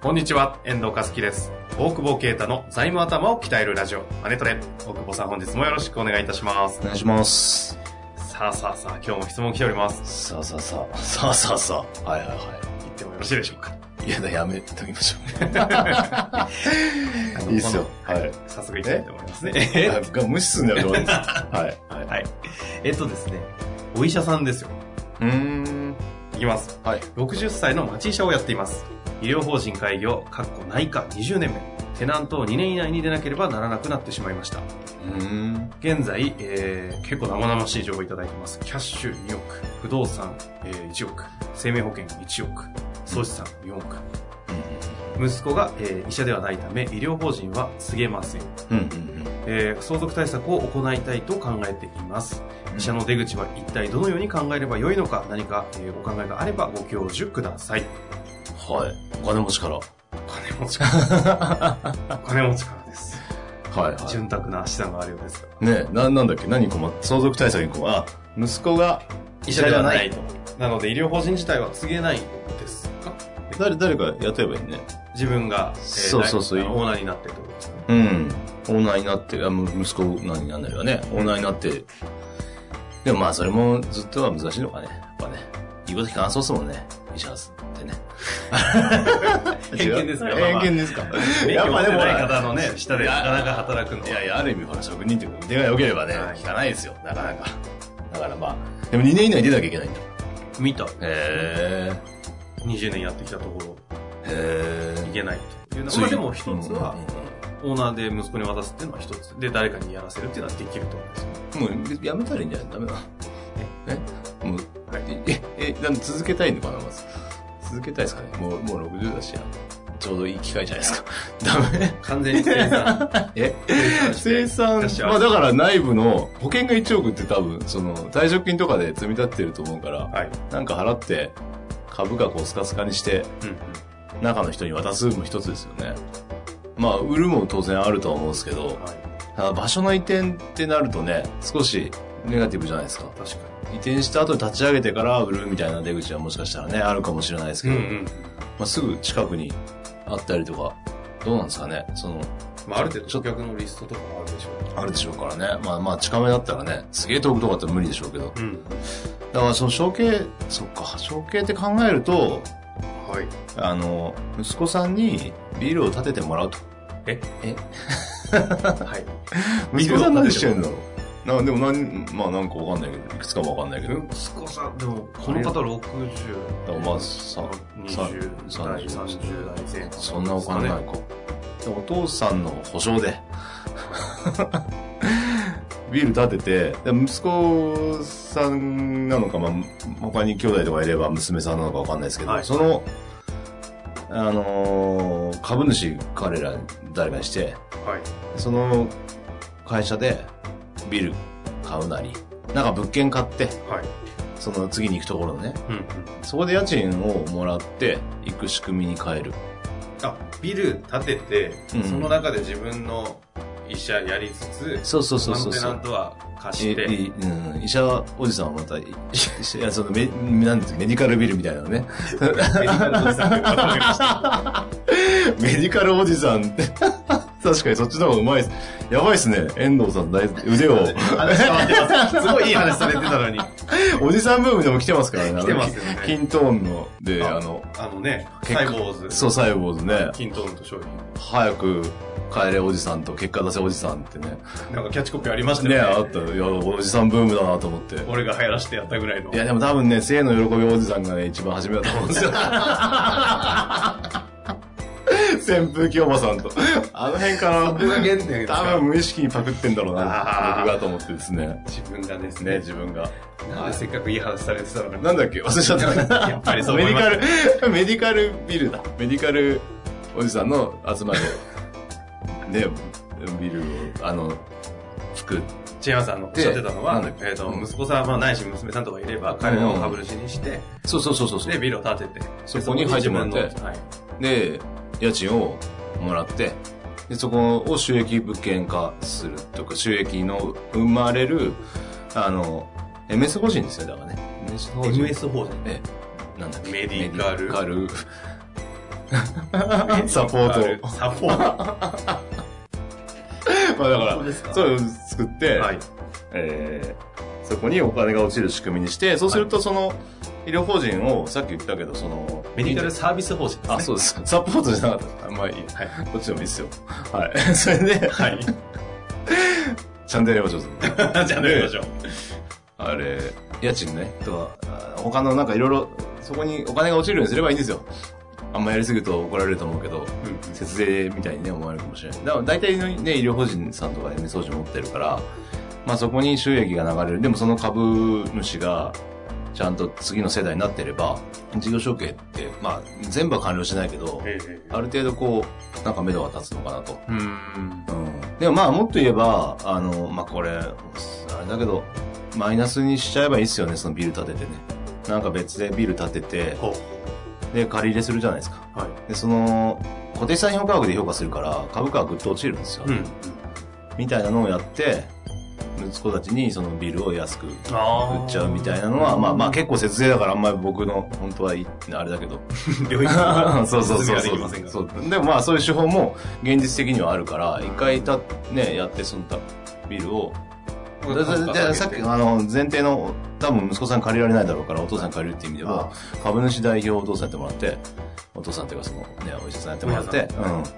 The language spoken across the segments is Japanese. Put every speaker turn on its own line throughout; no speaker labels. こんにちは、遠藤和樹です。大久保啓太の財務頭を鍛えるラジオ、マネトレ。大久保さん本日もよろしくお願いいたします
お。願いします。
さあさあさあ、今日も質問来ております。
さあさあさあ、さあさあさあ。はいはいは
言ってもよろしいでしょうか。
い。いやだ、やめときましょ
あの
う。いいっすよ。
この
は
はいい。。早速行きたいと思いますね。
えが無視すんだよ、どうですはい。はい。
はい。 えっとですね、お医者さんですよ。
うーん。
いきます。
はい。
60歳の町医者をやっています。医療法人開業、かっこ内科20年目。テナントを2年以内に出なければならなくなってしまいました。
うん。
現在、えー結構生々しい情報をいただいてます。キャッシュ2億、不動産、えー1億、生命保険1億、総資産4億。息子が、えー医者ではないため、医療法人は告げません。
うん。うん。
えー相続対策を行いたいと考えています。
うん
医者の出口は一体どのように考えればよいのか、何か、えーご考えがあればご教授ください。
はい。お金持ちから。
お金持ちから。お 金持ちからです。
はいは
潤沢な資産があるようですが。
い。ねえ、な、なんだっけ何困って相続対策に困あ、息子が、
医者ではないと。なので、医療法人自体は告げないんですか
誰、誰かやってればいいね。
自分が、えー
そうそうそう
なオーナーになってってこと ですね。
うん。オーナーになって、あむ息子なになんないよね。オーナーになって。でもまあ、それもずっとは難しいのかね。やっぱね。言うこと聞かなそうですもんね。医者ってね。
偏見ですかまあまあ勉強してな
違う 偏見ですか。
い方の
ほ
ね、
ら
下でなかなか働くの
い
は
やいや、ある意味、ほら、職人っていうか腕が良ければね、
はい
聞かないですよ。なかなか。だからまあ、でも2年以内に出なきゃいけないんだ。
見た。
へー
20年やってきたとこ
へ
ろ、いけないというの
ー
は。まあでも一つは
うん、
オーナーで息子に渡すっていうのは一つ。で、誰かにやらせるっていうのはできると思うん ですよ。
もうやめたらいいんじゃないダメだ。えもう、
はい
え、え、なん続けたいのかな、まず。続けたいですかね。もう、もう60だし、ちょうどいい機会じゃないですか。 ダメ
完全に生産。
え生
生
産
生、産
まあだから内部の保険が1億って多分、その退職金とかで積み立ってると思うから、
はい。
なんか払って株価こうスカスカにして、
うんうん。
中の人に渡すのも一つですよね。まあ、売るも当然あるとは思うんですけど、
はい。
ただ場所の移転ってなるとね、少しネガティブじゃないですか。
確か
移転した後に立ち上げてから売るみたいな出口はもしかしたらね、あるかもしれないですけ
に。う
ど、
んうん。
まあ、すぐ近くにあったりとか、どうなんですかね、その、
まあ、ある程度、顧客のリストとかもあるでしょう。
あるでしょうからね。まあまあ近めだったらね、すげえ遠くとかだったら無理でしょうけど。
うん。
だからその承継、そっか、承継って考えると、
はい。
あの、息子さんにビルを建ててもらうと。
はい。
息子さん何して んだろうなでも何、まあなんかわかんないけど、いくつかもわかんないけど。だ
息子さん、でも、この方60。
からまあさ、
20代、
さ
30代前半。
そんなお金ないか。でお父さんの保証で。 ビール建てて、で息子さんなのか、まあ、他に兄弟とかいれば娘さんなのかわかんないですけど、
はい
その、あのー株主彼ら誰かにして、
はい。
その会社でビル買うなり、なんか物件買って、
はい。
その次に行くところのね、
うんうん。
そこで家賃をもらって行く仕組みに変える。
あ、ビル建てて、
うん
その中で自分の医者やりつつ、
そうそうそう
他
そ
の
う
テ
そ
ナ
う
ン。トは貸
え
して、
いうん、医者おじさんは また、いいやそのメなんていうのメディカルビルみたいなのね。
メディカルおじさんって呼ばれました
メディカルおじさん って。確かにそっちの方がうまいです。やばいっすね。遠藤さん、だい 腕を。
話変わってます。すごいいい話されてたのに。
おじさんブームでも来てますからね。
来てますよね
あのキントーンの、で、
あ
あの、
あのね、
結
サイボーズ、
そう、サイボーズね。
キントーンと商品。
早く帰れおじさんと結果出せおじさんってね。
なんかキャッチコピーありました
ね、あ
よ
っ
ね。
た。いや、おじさんブームだなと思って。
俺が流行らしてやったぐらいの。
いや、でも多分ね、生 の喜びおじさんがね、一番初めだと思うんですよ。扇風機おばさんと。あの辺か
そ
な。
れだけやってんやけど
多分無意識にパクってんだろうな。
あー
僕がと思ってですね。
自分がです
ね、
ね。
自分が。
なんでせっかくいい話されてたのに。
なんだっけ忘れちゃ った。
やっぱりそう
メ
思
デ
い
ィ
まし
カ
た
ル、メディカルビルだ。メディカルおじさんの集 まりを。ね、ビルを、あの、作っ
千山さんのおっしゃってたのは
でなんだっ、け
えっと、
うん
息子さん、まあ、ないし娘さんとかいれば、彼らを株主にして、
そうそうそうそうそう。
で、ビルを建てて、
そこに入ってもらって
でそこに自分のはい。
で、家賃をもらって、で、そこを収益物件化するとか、収益の生まれる、あの、MS 法人ですね、だからね。MS 法
MS 法人。
え、なんだっ け
メディカル
メディカル。サポ ート。
サ ポート。
まあだか、
そうですから
そういうのを作って、
はい。
えーそこにお金が落ちる仕組みにして、そうするとその、医療法人を、さっき言ったけど、その、
メディカルサービス法人ですね。
あ、そうです。サポートじゃなかった。まあいいや。
はい。
こっちでもいいっすよ。はい。 それで、
はい。
チャンネルやりましょう。
じゃあ、やりましょう。
あれ、家賃ね、とか、あ他のなんかいろいろ、そこにお金が落ちるようにすればいいんですよ。あんまやりすぎると怒られると思うけど、節税みたいにね、思われるかもしれない。だから大体のね、医療法人さんとかでね、掃除持ってるから、まあそこに収益が流れる。でもその株主が、ちゃんと次の世代になってれば、事業承継って、まあ全部は完了しないけど、
ええ
ある程度こう、なんか目処が立つのかなと。
うーん。
うんでもまあもっと言えば、あの、まあこれ、あれだけど、マイナスにしちゃえばいいっすよね、そのビル建ててね。なんか別でビル建てて、
ほう。
で、借り入れするじゃないですか。
はい。
で、その、固定資産評価額で評価するから、株価がぐっと落ちるんですよ。
うん。
みたいなのをやって、息子たちにそのビルを安く売
あ
っちゃうみたいなのは、まあ まあ結構節税だからあんまり僕の、本当はいいあれだけど。
あ、領域が
そうそう
説明
そう
はで
そ
きません
う
が
そうでもまあそういう手法も現実的にはあるから一回た、ね、やってそのたビルをだだだださっきあの前提の多分息子さん借りられないだろうからお父さん借りるっていう意味では株主代表をお父さんやってもらってお父さんっていうかそのねお医者さんやってもらって、うん、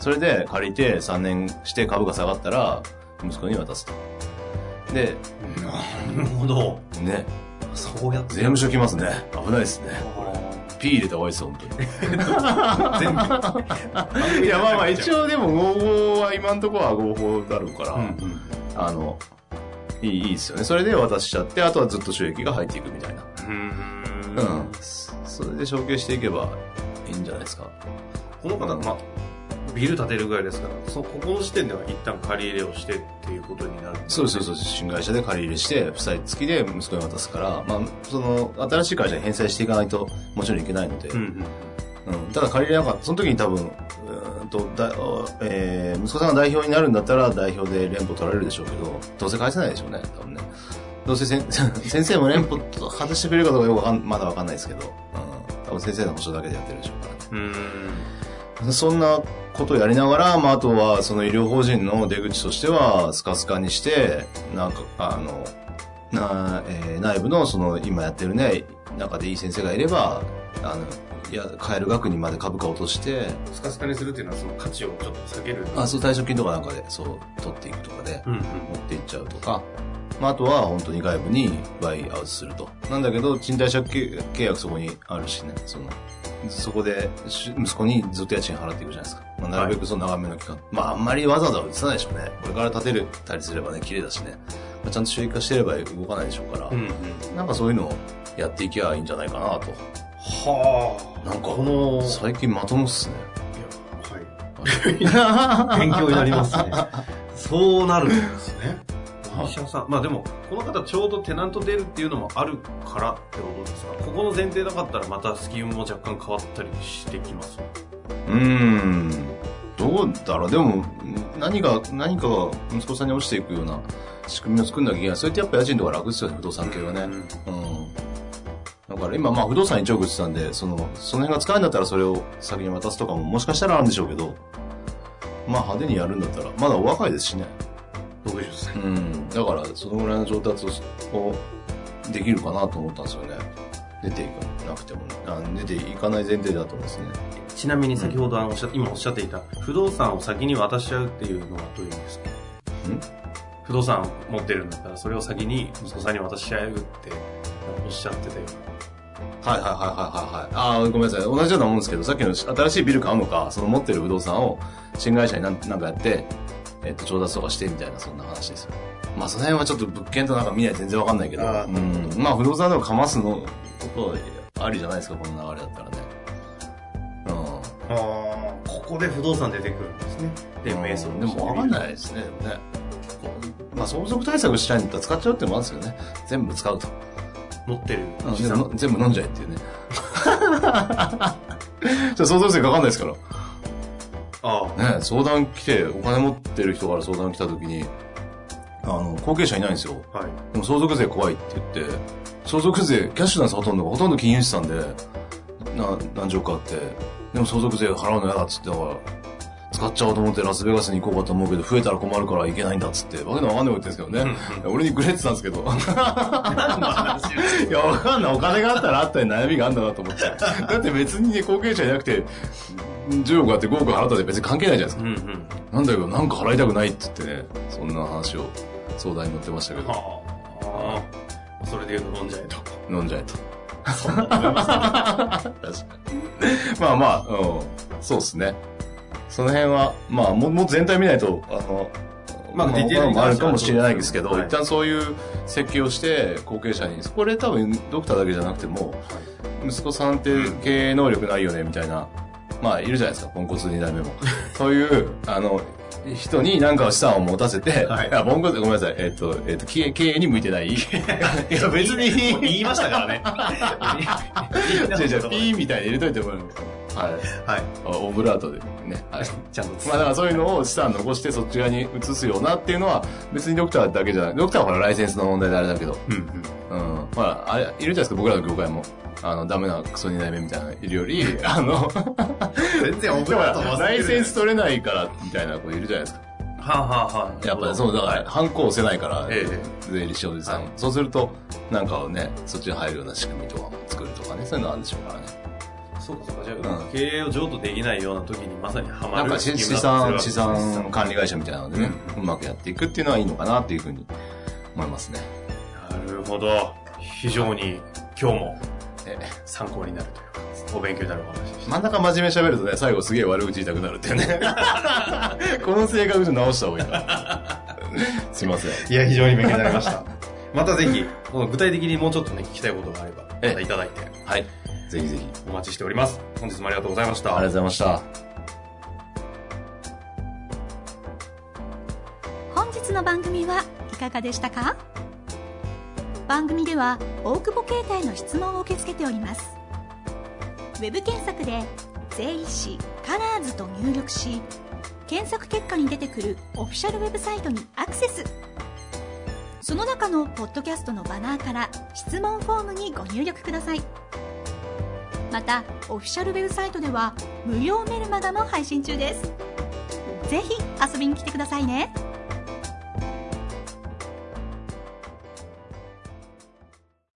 それで借りて3年して株が下がったら息子に渡すとで
なるほど。
ね
そうやって。
税務署来ますね危ないですねピー入れた方がいいです本当に
全部。
い やまあまあ一応でも合法は今のところは合法だろうから、
うんうん。
あのいいいいですよねそれで渡しちゃってあとはずっと収益が入っていくみたいな
うん
うん、それで承継していけばいいんじゃないですか
この方、まあ、ビル建てるぐらいですから、そここの時点では一旦借り入れをしてっていうことになる。
そうそうそう新会社で借り入れして負債付きで息子に渡すから、まあ、その新しい会社に返済していかないともちろんいけないので、
うんうん。
うんただ借りれなかったその時に多分うーんとだ、えー息子さんが代表になるんだったら代表で連邦取られるでしょうけどどうせ返せないでしょうね多分ねどうせせん先 生も連邦と外してくれるかどうかよくわかんまだわかんないですけど、うん、多分先生の保証だけでやってるでしょうからね
うん。
そんなことをやりながら、まあ、あとはその医療法人の出口としてはスカスカにしてなんかあのな、えー内部のその今やってるね中でいい先生がいればあのいや買える額にまで株価を落として
スカスカにするっていうのは、その価値をちょっと下げる。
あそう退職金とかなんかでそう取っていくとかで
うんうん。
持っていっちゃうとか、まあ、あとは本当に外部にバイアウトするとなんだけど賃貸借契約そこにあるしねそのそこでし息子にずっと家賃払っていくじゃないですか、まあ、なるべくその長めの期間、まああんまりわざわざ移さないでしょうねこれから建てるたりすればね綺麗だしね、まあ、ちゃんと収益化してれば動かないでしょうから、
うんうん。
なんかそういうのをやっていきゃいいんじゃないかなと
はあ。
なんか
この、
最近まともっすね
はい。勉強になりますね。そうなるんですね。
はい
医者さん。まあでも、この方ちょうどテナント出るっていうのもあるからってことですか。ここの前提なかったらまたスキームも若干変わったりしてきます。
うーんどうだろうでも何が何かが息子さんに落ちていくような仕組みを作んなきゃいけないそれってやっぱ家賃とか楽ですよね不動産系はね
うん
うんだから今まあ不動産一億って言ってたんでそのその辺が使えるんだったらそれを先に渡すとかももしかしたらあるんでしょうけどまあ派手にやるんだったらまだお若いですしね
60歳。
うんだからそのぐらいの上達ををできるかなと思ったんですよね出ていかなくてもねあ出ていかない前提だと思うんですね
ちなみに先ほどあのおっしゃ今おっしゃっていた、不動産を先に渡しちゃうっていうのはどういう意味ですか不動産持ってるんだったら、それを先に息子さんに渡しちゃうっておっしゃってたような
はいはいはいはいはい。ああ、ごめんなさい。同じようなもんですけど、さっきの新しいビル買うのか、その持ってる不動産を新会社になんなんかやって、えっと、調達とかしてみたいな、そんな話ですよ。まあ、その辺はちょっと物件となんか見ない全然わかんないけど、う
あー
ん。まあ、不動産でもかますの、ことありじゃないですか、この流れだったらね。うん。
あーここで不動産出てくるんですね。で、
うん
瞑想
でもわかんないですね、でもね。こうまあ、相続対策したいんだったら使っちゃうってのもあるんですよね。全部使うと。
持ってる
うん
資
全
産
部全部飲んじゃえっていうね。 じゃあ相続税かかんないですから。
ああ、
ね、相談来て、お金持ってる人から相談来た時に、あの、後継者いないんですよ。
はい。
でも相続税怖いって言って、相続税、キャッシュなんですほとんどが、ほとんど金融資産で、な、何兆かあって、でも相続税払うの嫌だっつって、だから、使っちゃおうと思ってラスベガスに行こうかと思うけど、増えたら困るから行けないんだっつって、わけのわかんないこと言ってるんですけどね。俺にグレってたんですけど。 いや、わかんない。お金があったらあったに悩みがあんだなと思って。だって別にね、後継者いなくて、10億あって5億払ったで別に関係ないじゃないですか
うんうん。
なんだけど、なんか払いたくないって言ってね、そんな話を相談に乗ってましたけど、
はああー。それで言うと飲んじゃえと。
飲んじゃえと。 確かに。まあまあ、うん、そうですね。その辺は、まあ、ももう全体見ないと、あの、
まあ
他
ディテール
の
に関して
も
は
あるかもしれないですけど、
はい
一旦そういう設計をして、後継者に、これ多分ドクターだけじゃなくても、息子さんって経営能力ないよね、みたいな。まあ、いるじゃないですか、ポンコツ二代 目も。そういう、あの、人に何かを資産を持たせて、
はい
あ、ポンコツ、ごめんなさい、えっ、と、えっ、と、経営、経営に向い てない。いや、別に。
言 いましたからね。
じゃじゃピーみたいに入れといてもらえますか はい。
はい。
あオブラートでね。はい。
ちゃんと
まあだからそういうのを資産残してそっち側に移すようなっていうのは別にドクターだけじゃない。ドクターはほらライセンスの問題であれだけど。
うんうん。
うん。ほら、あれ、いるじゃないですか、僕らの業界も。あの、ダメなクソ二代目みたいなのいるより、 あの、
全然
ほらライセンス取れないからみたいな子いるじゃないですか。
はあはあはあ。
やっぱりそう、だから、ハンコ押せないから、
え
税理士おじさん、
はい
そうすると、なんかをね、そっちに入るような仕組みとかも作るとかね、そういうのあるんでしょうからね。
そうかそうか。じゃあ、経営を譲渡できないような時にまさにハマ
なん
る。
か資資産、資産管理会社みたいなのでね、うまくやっていくっていうのはいいのかなっていうふうに思いますね。
なるほど。非常に今日も
え
参考になるというか、お勉強になるお話でした。
真ん中真面目に喋るとね、最後すげえ悪口言いたくなるっていうね。この性格で直した方がいいから。すいません。
いや、非常に勉強になりま した。またぜひ、この具体的にもうちょっとね、聞きたいことがあれば、ま
ええ
たいただいて
はい。ぜひぜひ。
お待ちしております。本日もありがとうございまし
ありが
た
とう。ございました。
本日の番組はいかがでしたか番組では大久保携帯の質問を受け付けておりますウェブ検索で「税理士カラーズと入力し検索結果に出てくるオフィシャルウェブサイトにアクセスその中のポッドキャストのバナーから質問フォームにご入力くださいまたオフィシャルウェブサイトでは無料メルマガも配信中ですぜひ遊びに来てくださいね